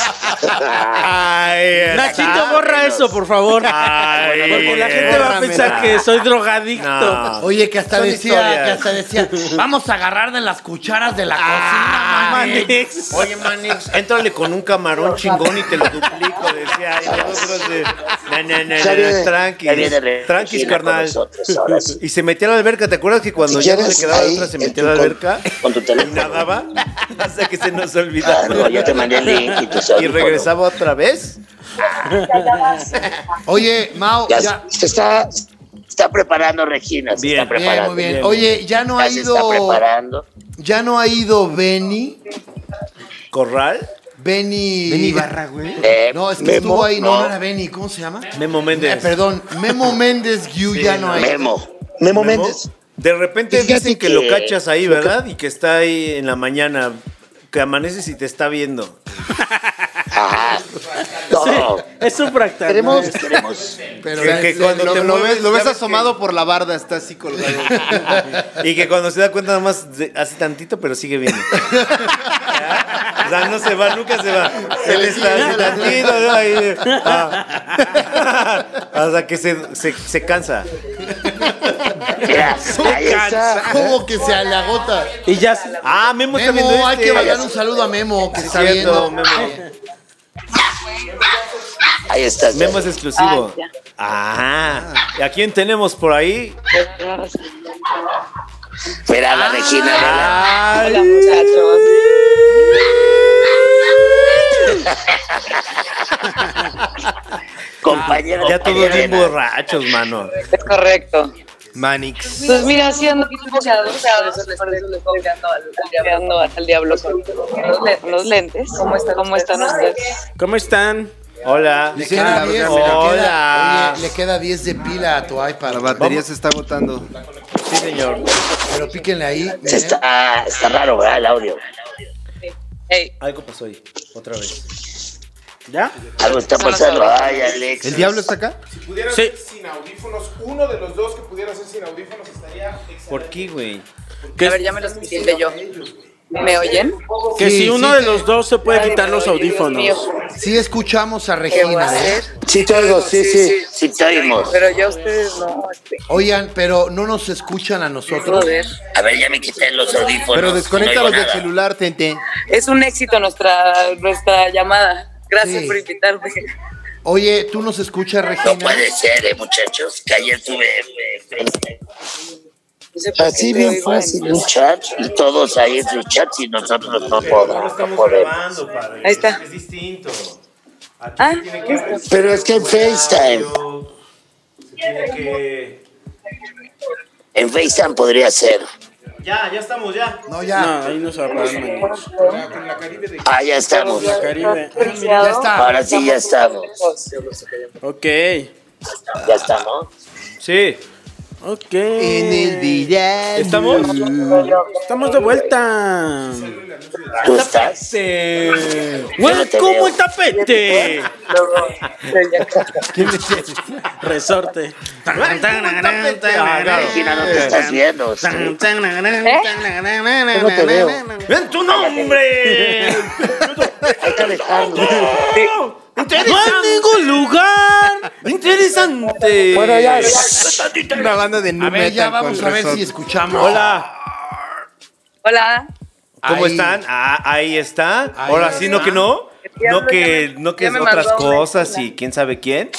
S3: Ay, ah,
S6: Nachito,
S3: está.
S6: borra eso, por favor.
S3: ah, Ay,
S6: Porque la gente va a
S3: bórramela.
S6: pensar que soy drogadicto.
S3: No.
S4: Oye, que hasta
S3: Son
S4: decía,
S3: historias.
S4: que hasta decía, vamos a agarrar de las cucharas de la
S3: Ah,
S4: cocina, Manix".
S6: Manix.
S3: Oye, Manix, éntrale con un camarón chingón y te lo duplico, decía. Y nosotros de, na, na, na,
S5: Ya
S3: na,
S5: viene-
S3: tranquis,
S5: ya viene de-
S3: tranquis,
S5: Regina con
S3: carnal.
S5: nosotros, ahora sí.
S3: Y se metía a la alberca, ¿te acuerdas que cuando
S5: Si
S3: ya no
S5: quieres,
S3: se quedaba
S5: ahí,
S3: otra, se
S5: en
S3: metía a
S5: tu
S3: la
S5: con-
S3: alberca
S5: con tu
S3: y
S5: teléfono.
S3: nadaba hasta que se nos
S5: Ah, no,
S3: olvidaba.
S5: ya te mandé el link y tu
S3: Y
S5: teléfono.
S3: regresaba otra vez.
S4: Oye, Mao,
S5: Ya,
S4: ya,
S5: se está, está preparando Regina, se
S3: Bien,
S5: está
S4: bien,
S5: preparando.
S4: muy bien. Oye, ya no
S5: Ya
S4: ha
S5: se está
S4: ido,
S5: preparando.
S4: ya no ha ido Benny,
S3: Corral,
S4: Benny,
S3: güey.
S5: Eh,
S4: No, es que
S5: Memo,
S4: estuvo ahí, no, no era Benny, ¿cómo se llama?
S3: Memo Méndez.
S4: Eh, perdón, Memo Méndez Guiu ya no, ha ido.
S5: Memo.
S3: Memo,
S5: Memo Méndez.
S3: De repente
S5: Fíjate
S3: dicen que,
S5: que-
S3: lo cachas ahí, ¿verdad? Y que está ahí en la mañana, que amaneces y te está viendo.
S5: Ajá. No,
S6: Es un fractal.
S5: queremos, queremos.
S4: Pero
S3: Que-
S4: es-
S3: que cuando
S1: lo,
S3: te
S1: lo
S3: mueves,
S1: ves, lo
S3: ya
S1: ves
S3: ves
S1: asomado por la barda, está así colgado.
S3: Y que cuando se da cuenta nada más de- hace tantito, pero sigue viendo. o sea, no se va, nunca se va. Él está así tantito, ¿no? Ahí, ah. Hasta que se, se, se cansa.
S5: Mira, ahí está.
S4: ¿Cómo que se le agota?
S6: Y ya. se-
S3: Ah, Memo, está viendo
S4: Memo, hay
S3: este.
S4: que mandar un saludo a Memo, que está
S3: Cierto,
S4: viendo.
S3: Memo.
S5: Ahí estás.
S3: Memo es
S8: Ah,
S3: exclusivo.
S8: ya.
S3: Ah, ¿y a quién tenemos por ahí?
S5: Espera, la Regina. vela.
S4: Ah.
S3: Ay.
S8: Hola, muchachos.
S5: Compañero.
S3: Ya todos
S5: compañera
S3: bien
S5: Elena.
S3: borrachos, mano.
S9: Es correcto.
S1: Manix.
S9: Pues mira, haciendo
S8: Bien escuchados, por eso les- por eso les estoy dando al- al diablo.
S9: mirando al diablo con los le- con los lentes. ¿Cómo están, ¿Cómo están ustedes?
S6: ¿Cómo están?
S3: Hola.
S4: Le queda, 10, le, queda,
S3: Hola.
S4: oye, le queda 10 de pila a tu iPad.
S1: La batería se está agotando.
S3: Sí, señor.
S4: Pero píquenle ahí.
S5: Se
S4: miren.
S5: está, está raro, ¿verdad? El audio.
S9: Hey,
S3: Algo pasó ahí, otra vez.
S6: ¿Ya?
S5: Algo está
S9: Son los
S5: pasando.
S9: audios.
S5: Ay, Alex.
S1: ¿El diablo está acá?
S10: pudiera
S6: Sí.
S10: ser sin audífonos, uno de los dos que pudiera ser sin audífonos estaría
S3: ¿Por
S10: excelente.
S3: qué, güey?
S9: a ver, ya me los quité yo. ¿Me oyen?
S6: Que
S4: Sí,
S6: si uno
S4: sí,
S6: de
S4: te-
S6: los dos se puede quitar los
S9: Dios
S6: audífonos.
S9: mío,
S4: Sí escuchamos a
S9: ¿qué voy a
S4: Regina. ¿eh?
S9: hacer?
S5: Sí, te oigo, sí, sí. Sí, te oímos.
S9: Pero ya ustedes no, este,
S4: Oigan, pero no nos escuchan a nosotros.
S9: joder.
S5: A ver, ya me quité los audífonos.
S1: Pero desconecta los
S5: de
S1: del celular, Tente.
S9: Es un éxito nuestra, nuestra llamada. Gracias
S4: Sí.
S9: por invitarme.
S4: Oye, tú nos escuchas,
S5: No
S4: Regina.
S5: puede ser, eh, muchachos. Que ayer tuve eh,
S9: No sé por
S5: Así
S9: qué te
S5: bien
S9: oigo en-
S5: fácil, un chat y todos ahí en su chat y nosotros no podemos. No podemos.
S3: padre.
S9: Ahí está.
S3: Es distinto. Aquí
S9: Ah,
S3: se tiene que ver
S5: Pero es que en FaceTime,
S3: audio, se tiene que-
S5: en FaceTime podría ser.
S3: Ya, ya estamos, ya.
S4: No, ya.
S6: No, Ah, ahí no se va a parar mañana.
S5: Ah, ya estamos.
S6: Caribe.
S4: Ya está.
S5: Ahora sí ya estamos.
S6: Ok.
S5: Ya estamos.
S3: Sí.
S6: Ok.
S1: En el día.
S3: ¿Estamos?
S6: Estamos de vuelta.
S5: ¿Tú estás?
S6: ¡Welcome el tapete!
S1: ¿Qué me dices?
S6: Resorte.
S3: Ah, claro.
S5: Regina, no te estás viendo. sí.
S6: ¿Eh?
S5: te veo.
S3: ¡Ven tu nombre!
S5: Hay que dejarlo.
S6: ¡No hay ningún lugar!
S3: ¡Interesante!
S7: Bueno, ya.
S1: Una banda de nu
S4: A ver, ya
S1: metal con
S4: vamos a ver
S1: resort.
S4: si escuchamos.
S3: Hola,
S9: Hola.
S3: ¿cómo
S4: Ahí.
S3: están? Ah, ahí está.
S4: Ahí
S3: Ahora sí, no
S4: está.
S3: que no.
S9: Ya
S3: No
S9: me-
S3: que,
S9: ya me-
S3: no que
S9: ya
S3: es
S9: me
S3: otras
S9: mandó una
S3: cosas
S9: esquina.
S3: y quién sabe quién.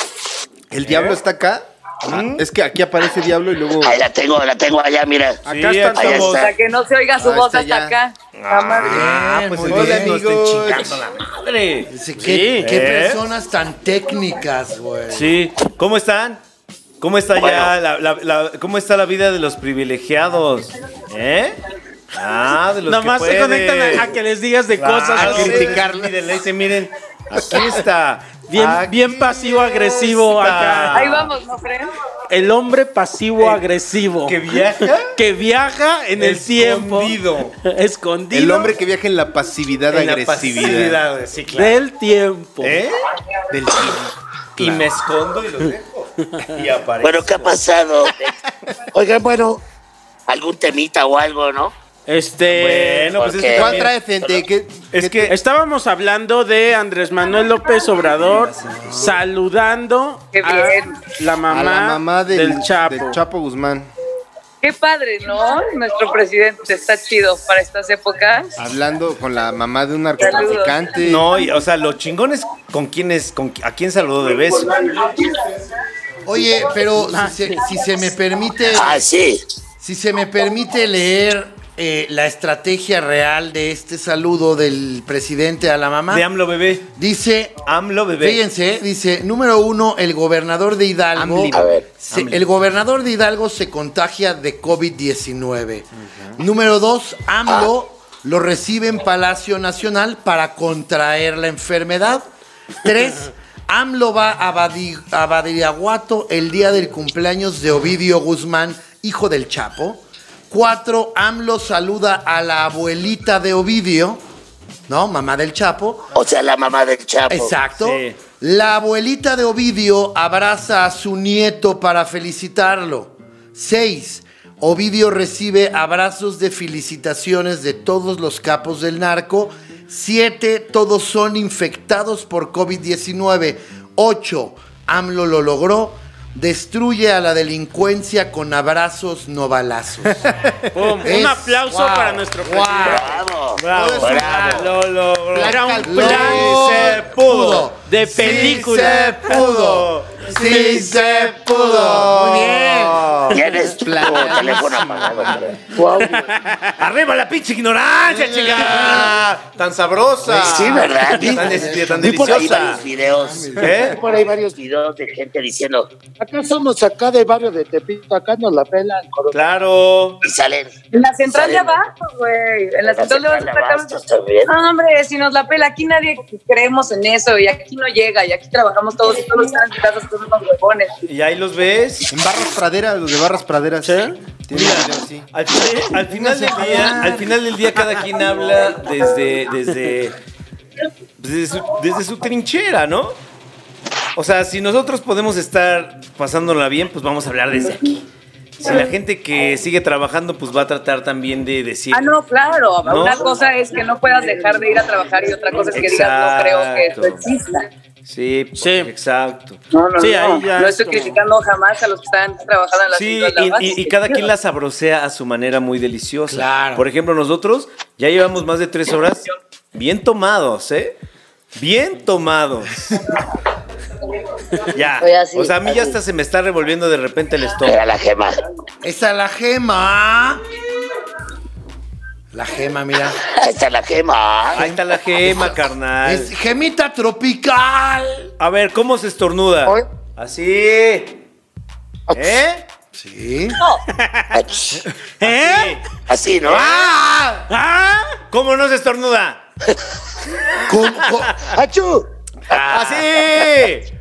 S1: ¿El diablo está acá? Ah, Es que aquí aparece diablo y luego.
S5: Ahí la tengo, la tengo allá, mira.
S3: Acá está
S5: Ahí
S3: estamos.
S5: está.
S9: Para que no se oiga su
S1: Ah,
S9: voz
S1: está
S9: hasta
S1: ya.
S9: acá.
S3: Ah,
S4: Bien,
S3: pues
S4: muy
S3: entonces
S4: bien.
S3: no estén
S1: Amigos.
S3: chingando la madre.
S4: Dice, ¿Qué,
S3: Sí,
S4: qué
S3: ¿eh?
S4: personas tan técnicas, güey.
S3: Sí. ¿Cómo están? ¿Cómo está ya la, la- la- cómo está la vida de los privilegiados? ¿Eh? Ah, de los
S6: Nomás
S3: que
S6: se
S3: pueden.
S6: conectan a, a que les digas de
S3: Claro,
S6: cosas.
S3: a criticarle. Miren, le dice, miren, aquí está. Ah,
S6: Bien,
S3: Aquí
S6: bien pasivo-agresivo
S3: está.
S6: acá.
S9: Ahí vamos, ¿no creen?
S6: El hombre pasivo-agresivo.
S3: que viaja.
S6: Que viaja en el tiempo.
S3: Escondido.
S6: Escondido.
S1: El hombre que viaja en la pasividad
S3: En la
S1: agresividad.
S3: pasividad, sí, claro.
S6: del tiempo.
S3: ¿Eh?
S1: Del
S3: Y me escondo y los dejo. Y aparece.
S5: Bueno, ¿qué ha pasado? Oigan, bueno, algún temita o algo, ¿no?
S6: Este.
S3: Bueno, pues es que
S5: Ok.
S1: ¿Cuál
S3: también-
S1: trae gente? ¿Qué-
S3: Es que
S6: Estábamos hablando de Andrés Manuel López Obrador saludando
S9: Qué
S6: a
S9: bien.
S6: la mamá,
S1: a la mamá del,
S6: del Chapo.
S1: del Chapo Guzmán.
S9: Qué padre, ¿no? Nuestro presidente está chido para estas épocas.
S1: Hablando con la mamá de un narcotraficante.
S3: No, y, o sea, los chingones con quiénes, con, qui- a quién saludó de beso.
S4: Oye, pero si se, si se me permite,
S5: Ah, sí.
S4: si se me permite leer eh, la estrategia real de este saludo del presidente a la mamá,
S3: De AMLO bebé.
S4: dice
S3: AMLO bebé.
S4: Fíjense, dice, número uno, el gobernador de Hidalgo.
S1: Amli.
S5: A ver.
S4: se- el gobernador de Hidalgo se contagia de COVID-19. Número dos, AMLO lo recibe en Palacio Nacional para contraer la enfermedad. Tres, AMLO va a, Badi- a Badiraguato el día del cumpleaños de Ovidio Guzmán, hijo del Chapo. Cuatro, AMLO saluda a la abuelita de Ovidio, ¿no? Mamá del Chapo.
S5: O sea, la mamá del Chapo.
S4: Exacto.
S3: Sí.
S4: La abuelita de Ovidio abraza a su nieto para felicitarlo. 6. Ovidio recibe abrazos de felicitaciones de todos los capos del narco. 7. Todos son infectados por COVID-19. 8. AMLO lo logró. Destruye a la delincuencia con abrazos no balazos.
S6: Pum,
S4: Es-
S6: un aplauso
S4: wow,
S6: para nuestro
S4: wow.
S6: presidente.
S5: Bravo.
S3: Bravo.
S5: Bravo.
S3: Lo logró.
S6: Era un
S4: Lo
S6: plan
S3: se pudo.
S6: de
S4: Sí
S6: película.
S4: se pudo. Sí se pudo. Muy bien.
S5: Tienes tu teléfono apagado. creo.
S7: Wow.
S3: Arriba la pinche ignorancia, chica.
S1: Tan sabrosa.
S5: Pues Sí, ¿verdad?
S3: Tan, Ah. des- tan
S5: Vi por ahí
S3: deliciosa.
S5: varios videos.
S3: ¿Eh?
S7: Por ahí varios.
S5: Videos de gente diciendo,
S7: Acá somos acá del barrio de Tepito, acá nos la pelan. coronel.
S3: Claro.
S5: y salen.
S9: En la central de
S5: Salen.
S9: abajo, güey. En la central de abajo.
S5: Central de
S9: está
S5: Abastos también.
S9: cabrón. No, hombre, si nos la pela, aquí nadie creemos en eso y aquí no llega y aquí trabajamos todos y todos están en sus casas, todos unos huevones.
S3: Y ahí los ves.
S1: En Barras Praderas, los de Barras Praderas. Tienen videos, sí.
S3: Al, fi- al final del día, al final del día cada quien habla desde desde desde su, desde su trinchera, ¿no? O sea, si nosotros podemos estar pasándola bien, pues vamos a hablar desde aquí. Si la gente que sigue trabajando, pues va a tratar también de decir.
S9: Ah, no, claro.
S3: No.
S9: Una cosa es que no puedas dejar de ir a trabajar y otra cosa es que digas, no creo que esto
S3: Exacto.
S9: exista.
S3: Sí, pues,
S6: Sí.
S3: exacto.
S9: No, no,
S6: Sí,
S9: no.
S6: ahí ya
S9: no
S6: es
S9: estoy
S6: como-
S9: criticando jamás a los que están trabajando en la
S3: Sí,
S9: central de
S3: y-
S9: abajo.
S3: y, y cada quien la sabrosea a su manera muy deliciosa.
S4: Claro.
S3: Por ejemplo, nosotros ya llevamos más de tres horas bien tomados, ¿eh? Bien tomados. ya.
S7: Oye, así,
S3: o sea, a mí ya
S7: así.
S3: hasta se me está revolviendo de repente el estómago.
S5: Era la gema.
S4: Esa es la gema. La gema, mira.
S5: Ahí está la gema.
S3: Ahí está la gema, carnal.
S4: Es gemita tropical.
S3: A ver, ¿cómo se estornuda?
S7: Oye.
S3: Así. ¿Eh?
S4: Sí.
S3: ¿Eh?
S5: Así, ¿no?
S3: ¡Ah! ¡Ah! ¿Cómo no se estornuda?
S4: Con- con-
S7: ¡Achú!
S3: ¡Así!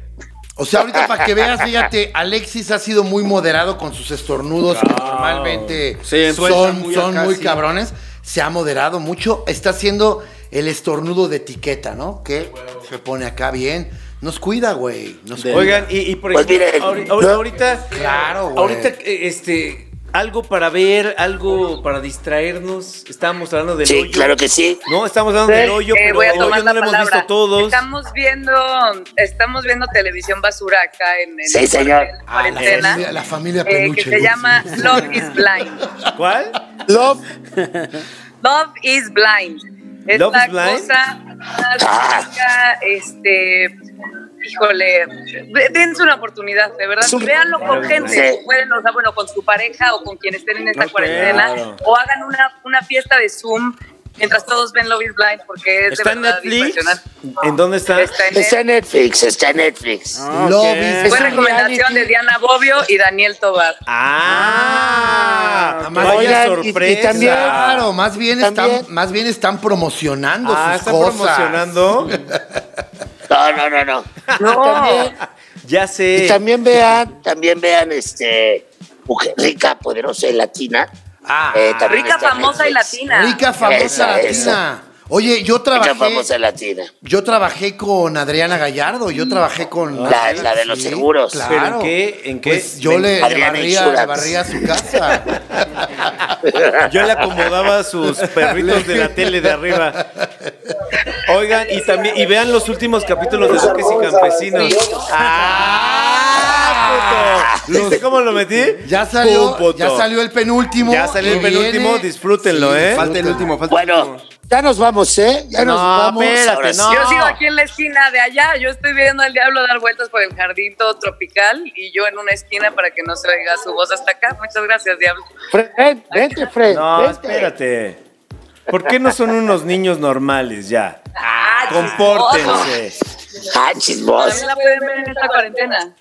S4: o sea, ahorita para que veas, fíjate, Alexis ha sido muy moderado con sus estornudos que normalmente
S1: Sí, suelta
S4: son,
S1: muy
S4: son
S1: acá,
S4: muy
S1: sí.
S4: cabrones. Se ha moderado mucho. Está haciendo el estornudo de etiqueta, ¿no? Que se pone acá bien. Nos cuida, güey. Nos cuida.
S3: Oigan, y, y por
S5: Pues
S3: ejemplo,
S5: miren,
S3: ahori- ahori- ahorita,
S4: Claro, güey.
S3: ahorita, eh, este, algo para ver, algo para distraernos. Estábamos hablando del
S5: Sí,
S3: hoyo.
S5: claro que sí.
S3: No, estábamos hablando del hoyo,
S9: Eh,
S3: pero
S9: voy a
S3: el hoyo
S9: tomar
S3: no
S9: la
S3: lo hemos
S9: palabra.
S3: visto todos.
S9: Estamos viendo, estamos viendo televisión basura acá en, en-
S5: Sí, señor.
S9: en
S4: Ah, la,
S9: cuarentena,
S4: familia, la familia
S9: eh,
S4: peluche.
S9: que se
S4: güey.
S9: llama Love is Blind.
S3: ¿Cuál?
S7: Love.
S9: Love is Blind. Es
S3: Love
S9: la
S3: is Blind.
S9: cosa más rica, este, híjole, ve- dense una oportunidad, de verdad, véanlo con gente,
S5: Sí.
S9: pueden, o sea, bueno, con su pareja o con quien estén en esta
S6: Ok.
S9: cuarentena,
S3: Claro.
S9: o hagan una, una fiesta de Zoom mientras todos ven Love is Blind, porque es
S6: ¿Está
S9: de
S6: en
S9: verdad
S6: Netflix?
S9: impresionante.
S3: ¿En dónde está?
S9: Está en
S7: Está en Netflix.
S5: Netflix, está en Netflix.
S6: Ah, ok.
S4: Lobbies.
S9: Fue
S7: Es un
S9: recomendación
S7: reality.
S9: de Diana Bobbio y Daniel Tobar.
S3: Ah,
S4: Ah,
S3: vaya
S7: oigan, y- y
S3: sorpresa. Ah,
S7: también-
S4: Claro, más bien,
S7: También.
S4: están, más bien están promocionando
S3: Ah,
S4: sus
S3: está
S4: cosas.
S3: promocionando.
S5: No, No, no, no, no.
S9: No.
S5: También-
S9: Oh,
S3: Ya sé.
S5: y también vean, también vean este mujer rica, poderosa y latina.
S3: Ah,
S5: Eh, también
S9: Rica,
S5: está en
S9: famosa y
S5: Netflix.
S9: latina.
S4: Rica, famosa
S5: Esa,
S4: latina.
S5: esa.
S4: Oye, yo
S5: Rica,
S4: trabajé,
S5: famosa y latina.
S4: yo trabajé con Adriana Gallardo,
S3: Mm.
S4: yo trabajé
S3: Ah,
S4: con...
S5: La- la de los seguros.
S4: claro.
S3: ¿Pero en qué? ¿En qué?
S4: Pues yo le, le
S5: Adriana
S4: barría,
S5: Insurance.
S4: le barría a su casa.
S3: Yo le acomodaba sus perritos de la tele de arriba. Oigan, y también, y vean los últimos capítulos de Duques y Campesinos. ¡Ah! Puto. ¿Viste cómo lo metí?
S4: Ya salió,
S3: Pum, puto.
S4: ya salió el penúltimo.
S3: Ya salió el
S4: y viene-
S3: penúltimo, disfrútenlo, ¿eh?
S1: Falta el último, falta el
S5: Bueno,
S1: último.
S5: ya nos vamos, ¿eh? Ya nos
S3: No,
S5: vamos.
S3: espérate,
S5: Ahora sí.
S3: no.
S9: Yo sigo aquí en la esquina de allá. Yo estoy viendo al diablo dar vueltas por el jardín todo tropical y yo en una esquina para que no se oiga su voz hasta acá. Muchas gracias, diablo.
S5: Fred, vente, Fred.
S3: No,
S5: vente.
S3: espérate. ¿Por qué no son unos niños normales ya?
S9: Ah, chismoso.
S3: Compórtense.
S5: Ah, chismos.
S9: También la pueden ver en esta cuarentena.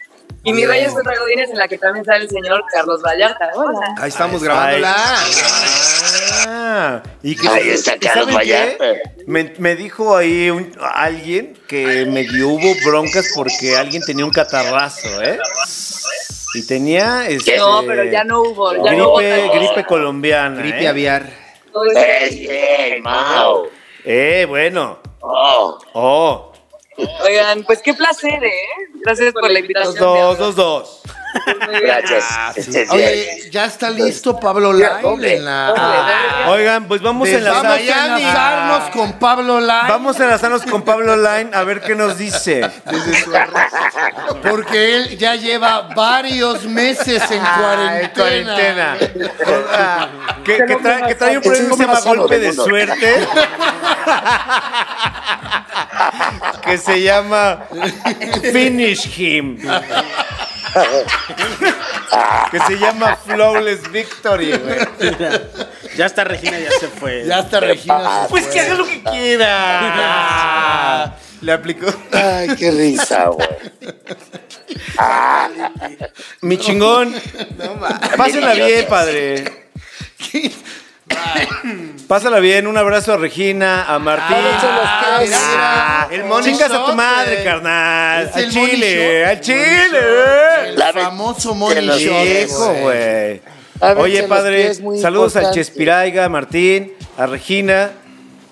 S9: Y mi rey es contra Godines, en la que también sale el señor Carlos Vallarta. Hola.
S1: Ahí estamos grabándola.
S3: Ah, y que-
S5: Ahí está
S3: ¿y
S5: Carlos
S3: saben qué?
S5: Vallarta.
S3: Me, me dijo ahí un- alguien que medio hubo broncas porque alguien tenía un catarrazo, ¿eh? Y tenía este,
S9: No, pero ya no hubo. Ya
S3: gripe,
S9: no hubo tal-
S3: gripe colombiana.
S1: Gripe
S3: ¿eh?
S1: aviar.
S9: todo eso.
S5: Ey, ey, Mao.
S3: Eh, bueno.
S5: Oh,
S3: Oh,
S9: Oigan, pues qué placer, ¿eh? Gracias por la invitación.
S3: dos, dos, dos, dos.
S9: Muy bien.
S5: gracias.
S3: Ah,
S5: Este,
S4: Oye, ya está listo Pablo Lyle
S5: doble,
S4: en la...
S3: Oigan, pues vamos a
S4: Pues Vamos a
S3: enlazar-
S4: enlazarnos con Pablo Lyle.
S3: Vamos a enlazarnos con Pablo Line a ver qué nos dice.
S1: Desde su arroz.
S4: Porque él ya lleva varios meses en
S3: Ay,
S4: cuarentena.
S3: Ah, cuarentena. Ah, Que, que trae, que trae un
S5: Pues
S3: problema que se llama
S5: más sano
S3: golpe
S5: del
S3: de
S5: mundo.
S3: suerte. que se llama Finish Him. que se llama Flawless Victory, güey.
S6: Ya está Regina, ya se fue.
S4: Ya está Regina. se
S3: Pues
S4: fue.
S3: que haga lo que quiera.
S1: Le aplicó.
S5: Ay, qué risa, güey.
S3: Mi chingón. Pásenla bien, padre. Pásala bien, un abrazo a Regina, a Martín.
S4: Ah,
S5: los tres.
S4: mira.
S1: El money
S3: Chingas a tu
S1: shot,
S3: madre,
S1: eh.
S3: carnal.
S4: Es
S3: Al
S4: el money
S3: chile,
S4: shot.
S3: al chile.
S4: El famoso Money
S5: los
S4: Shot,
S3: Viejo, güey.
S5: Lávense
S3: Oye,
S5: los
S3: padre,
S5: pies, muy
S3: saludos al
S5: importante.
S3: Chespiraiga, a Martín, a Regina,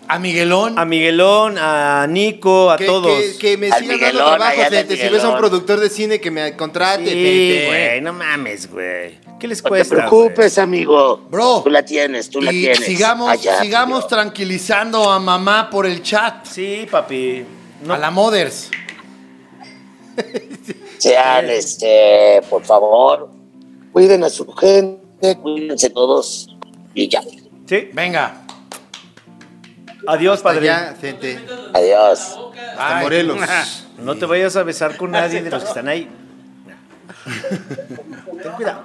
S4: A Miguelón.
S3: a Miguelón, a Nico, a
S1: Que,
S3: todos.
S1: que, que me
S5: Al
S1: sigan
S5: Miguelón,
S1: dando
S5: allá
S1: trabajo,
S5: del
S1: gente. Si ves a un
S5: Miguelón.
S1: productor de cine que me contrate,
S3: Sí,
S1: gente.
S3: güey, no mames, güey. ¿Qué les
S5: No te
S3: cuesta?
S5: preocupes, amigo.
S4: Bro.
S5: Tú la tienes, tú la
S4: y
S5: tienes.
S4: sigamos,
S5: Allá, pues,
S4: sigamos
S5: amigo.
S4: tranquilizando a mamá por el chat.
S3: güey? Sí, papi. No.
S4: A la Mothers.
S5: Sean, este, por favor, cuiden a su gente, cuídense todos y ya.
S3: Sí.
S4: Venga.
S3: Adiós,
S1: Hasta
S3: padre. Ah.
S1: allá, gente.
S5: Adiós.
S1: Hasta
S4: Ay.
S1: Morelos.
S3: No te vayas a besar con nadie de los que están ahí. Ten cuidado.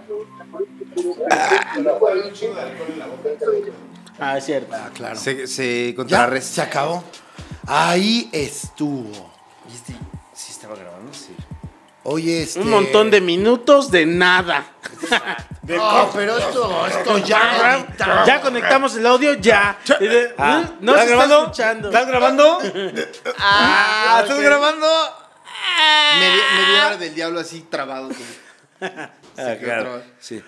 S6: Ah, es cierto.
S4: Ah, claro.
S1: Se, se
S4: Ya,
S1: contrarresta.
S4: se acabó. Ahí estuvo.
S3: Sí, estaba grabando, sí.
S4: Oye, este...
S6: Un montón de minutos de nada. Ah,
S4: No, pero esto, esto ya... ahorita.
S6: Ya conectamos el audio, ya. Y de-
S3: Ah.
S6: ¿Eh? No se
S3: ¿Estás grabando?
S6: está escuchando.
S3: ¿Estás grabando?
S1: Ah, ¿Estás
S6: ok.
S1: grabando? Media, media hora del diablo así trabado. como-
S3: Ah,
S1: otra
S3: claro.
S1: vez.
S3: Sí.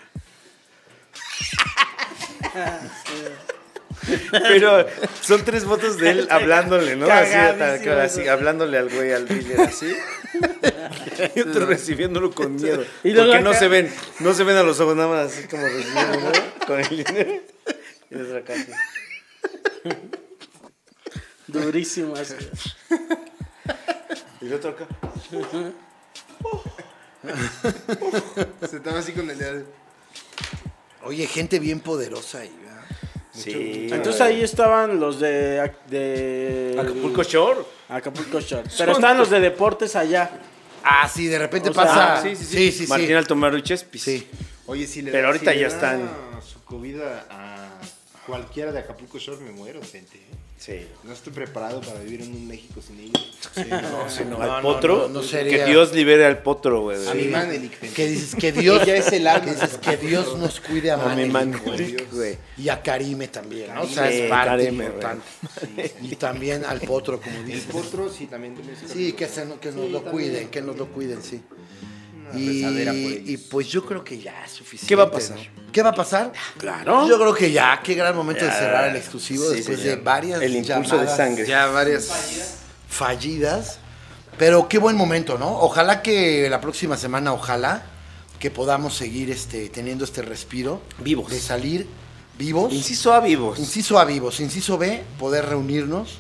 S3: Pero son tres fotos de él hablándole, ¿no? Así, tal cual, así, hablándole al güey, al dealer, así. Y otro recibiéndolo con miedo.
S6: Y luego
S3: porque no
S6: acá-
S3: se ven, no se ven a los ojos, nada más así como recibiendo, ¿no? Con el dinero. Y el otro acá así.
S6: Durísimo. así.
S3: Y el otro acá.
S1: Se estaba así con el dedo.
S4: Oye, gente bien poderosa ahí, ¿verdad?
S3: Sí.
S6: Entonces ahí estaban los de. de
S3: Acapulco Shore.
S6: Acapulco Shore. Pero están los de deportes allá.
S4: Ah, sí, de repente
S6: O sea,
S4: pasa.
S6: ah,
S4: sí, sí, sí.
S3: Martín Altomaro y Chespis.
S4: Sí.
S1: Oye, si le
S3: Pero
S1: da-
S3: ahorita
S1: si
S3: ya
S1: le da
S3: están.
S1: Su comida a cualquiera de Acapulco Shore me muero, gente. ¿eh?
S3: Sí.
S1: No estoy preparado para vivir en un México sin ellos. no,
S4: sí, no.
S3: al potro.
S4: no, no sería-
S3: Que Dios libere al potro, güey.
S1: A mi Manelik.
S4: Que dices que Dios.
S1: Ella es el alma.
S4: que dices que Dios nos cuide a
S3: A mi
S4: Manelik,
S3: Manelik,
S4: güey.
S3: güey.
S4: Y a Karime también, ¿no? O sea,
S3: Karime,
S4: es parte
S3: Karime,
S4: importante. Y también al potro, como
S1: El
S4: dices.
S1: potro sí también. tiene ese
S4: Sí,
S1: capítulo.
S4: que, se no- que nos
S1: Sí,
S4: lo
S1: también.
S4: cuiden, que nos lo cuiden, sí. Y,
S1: rezadera por ellos.
S4: y pues yo creo que ya es suficiente.
S3: ¿Qué va a pasar?
S4: ¿no? ¿Qué va a pasar?
S6: Claro.
S4: Yo creo que ya, qué gran momento de cerrar el exclusivo
S3: Sí,
S4: después
S3: señor.
S4: de varias
S3: El impulso de
S4: llamadas
S3: sangre.
S1: Ya varias.
S4: fallidas. Pero qué buen momento, ¿no? Ojalá que la próxima semana, ojalá que podamos seguir este, teniendo este respiro.
S3: Vivos.
S4: De salir vivos.
S3: Inciso a vivos.
S4: Inciso A vivos, inciso B, poder reunirnos.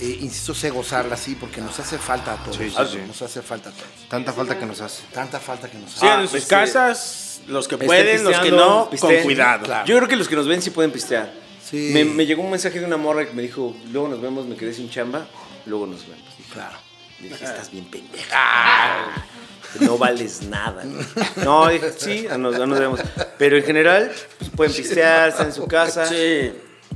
S4: Eh, inciso C, gozarla así, porque nos hace falta a todos.
S1: Sí, sí, sí.
S4: Nos hace falta a todos.
S1: Tanta falta que nos hace.
S4: Tanta falta que nos hace.
S6: Sigan en
S3: Ah,
S6: sus
S3: pues,
S6: casas, los que
S3: Estén
S6: pueden, los que
S3: pisteando,
S6: no, con
S3: pisteen.
S6: cuidado.
S4: Claro.
S3: Yo creo que los que nos ven sí pueden pistear.
S4: Sí.
S3: Me, me llegó un mensaje de una morra que me dijo, luego nos vemos, me quedé sin chamba, luego nos vemos. Dije,
S4: Claro.
S3: dije, estás bien pendeja. No vales nada. güey. No, dije, sí, ya nos, ya nos vemos. Pero en general, pues, pueden pistear, están en su casa. Sí.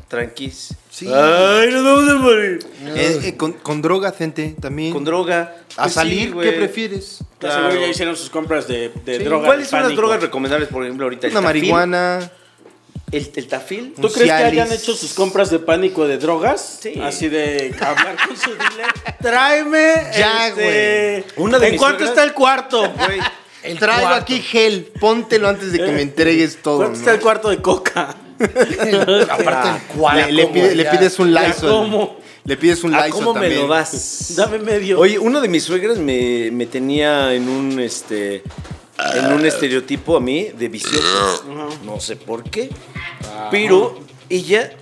S3: Tranquis.
S4: Sí.
S3: Ay, nos vamos a morir.
S1: Eh, eh, con, con droga, gente, también.
S3: Con droga.
S1: A
S3: Pues sí,
S1: salir,
S3: güey.
S1: ¿qué prefieres?
S6: Ya seguro
S3: Claro.
S6: ya hicieron sus compras de, de
S3: Sí,
S6: droga.
S3: ¿Cuáles
S6: de
S3: son las
S6: pánico.
S3: drogas recomendables, por ejemplo, ahorita? El
S1: Una
S3: tafil.
S1: marihuana.
S3: El, el tafil.
S6: ¿Tú
S1: Un
S6: crees que
S1: Cialis.
S6: hayan hecho sus compras de pánico de drogas?
S3: Sí.
S6: Así de hablar con su dealer. Tráeme.
S1: Ya,
S6: este,
S3: Una de
S6: ¿En
S3: mis
S6: cuánto
S3: suegras-
S6: está el cuarto?
S3: Güey,
S4: El
S1: Traigo
S4: cuarto.
S1: aquí gel. Póntelo antes de que me entregues todo.
S6: ¿Cuánto
S1: ¿no?
S6: está el cuarto de coca?
S4: Aparte el cuarto.
S1: Ah, Le, le pide- le pides un
S6: Ya
S1: Lysol.
S6: como.
S1: Le pides un
S3: ¿A
S1: Lysol
S3: cómo
S1: también.
S3: me lo das?
S6: Dame medio.
S3: Oye, uno de mis suegras me, me tenía en un este en un estereotipo a mí de vicioso. No sé por qué. Pero ella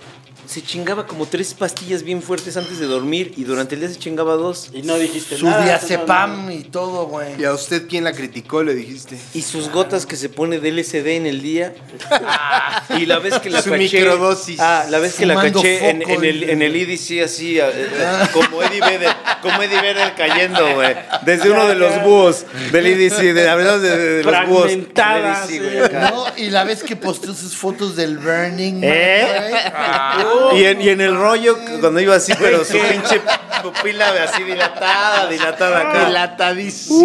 S3: se chingaba como tres pastillas bien fuertes antes de dormir y durante el día se chingaba dos.
S6: y no dijiste
S4: Su
S6: nada.
S4: diazepam y todo, güey.
S1: ¿Y a usted quién la criticó? Le dijiste.
S3: Y sus gotas que se pone de LSD en el día. y la vez que la
S1: Su
S3: caché.
S1: microdosis.
S3: Ah, la vez que la
S4: Fumando
S3: caché en,
S4: foco
S3: en el,
S4: y-
S3: en el IDC así, eh, eh, como Eddie Vedder, como Eddie Vedder cayendo, güey. Desde uno de los búhos del IDC, de, hablando de, de- de los búhos. del
S6: Fragmentada,
S3: EDC,
S6: sí.
S3: güey, acá.
S4: No, y la vez que posteó sus fotos del Burning Man, güey.
S3: ¿Eh?
S1: Ah.
S3: Y, en, y en el rollo, cuando iba así, pero su pinche pupila así dilatada, dilatada acá.
S1: Dilatadísima.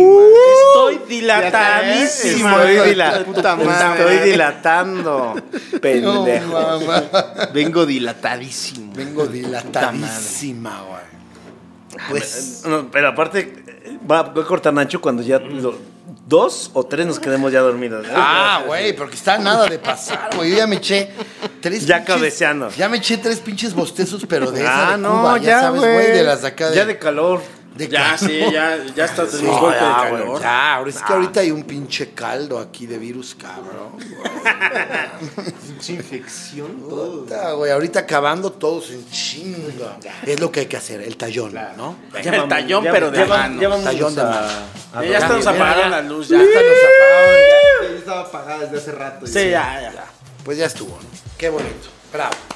S6: Estoy
S1: dilatadísima.
S6: dilatadísima.
S3: Estoy, dila-
S1: Puta madre.
S3: estoy dilatando.
S4: No,
S3: Pendejo.
S4: mamá.
S1: Vengo dilatadísimo.
S4: Vengo dilatadísima, güey. Pues,
S3: No, pero aparte, eh, va, va a cortar Nacho cuando ya lo- dos o tres nos quedemos ya dormidos.
S4: ah, güey, porque está nada de pasar, güey. Yo ya me eché tres
S3: Ya
S4: pinches-
S3: cabeceando.
S4: Ya me eché tres pinches bostezos, pero de esa
S3: Ah,
S4: de
S3: no,
S4: Cuba, ya,
S3: ya,
S4: sabes,
S3: güey.
S4: güey, de las de acá de...
S3: Ya de calor.
S4: de
S6: Ya,
S4: calor.
S6: sí, ya, ya estás en
S4: No,
S6: los golpes de
S4: ya, güey,
S6: calor.
S4: ya, ahora
S3: Ah.
S4: es que ahorita hay un pinche caldo aquí de virus, cabrón.
S1: Infección.
S4: Puta, güey, ahorita acabando todos en chinga. Es lo que hay que hacer, el tallón, ¿no?
S6: El tallón, pero de mano.
S3: Ya vamos
S4: Tallón de
S3: a-
S4: mano.
S3: a
S6: Ya estamos
S3: dormir.
S6: apagando la luz. Ya.
S4: Ya hasta nos apagaron, ya.
S1: Yo estaba apagada desde hace rato.
S6: Sí, ya, ya.
S4: Pues ya estuvo, ¿no? Qué bonito. Bravo.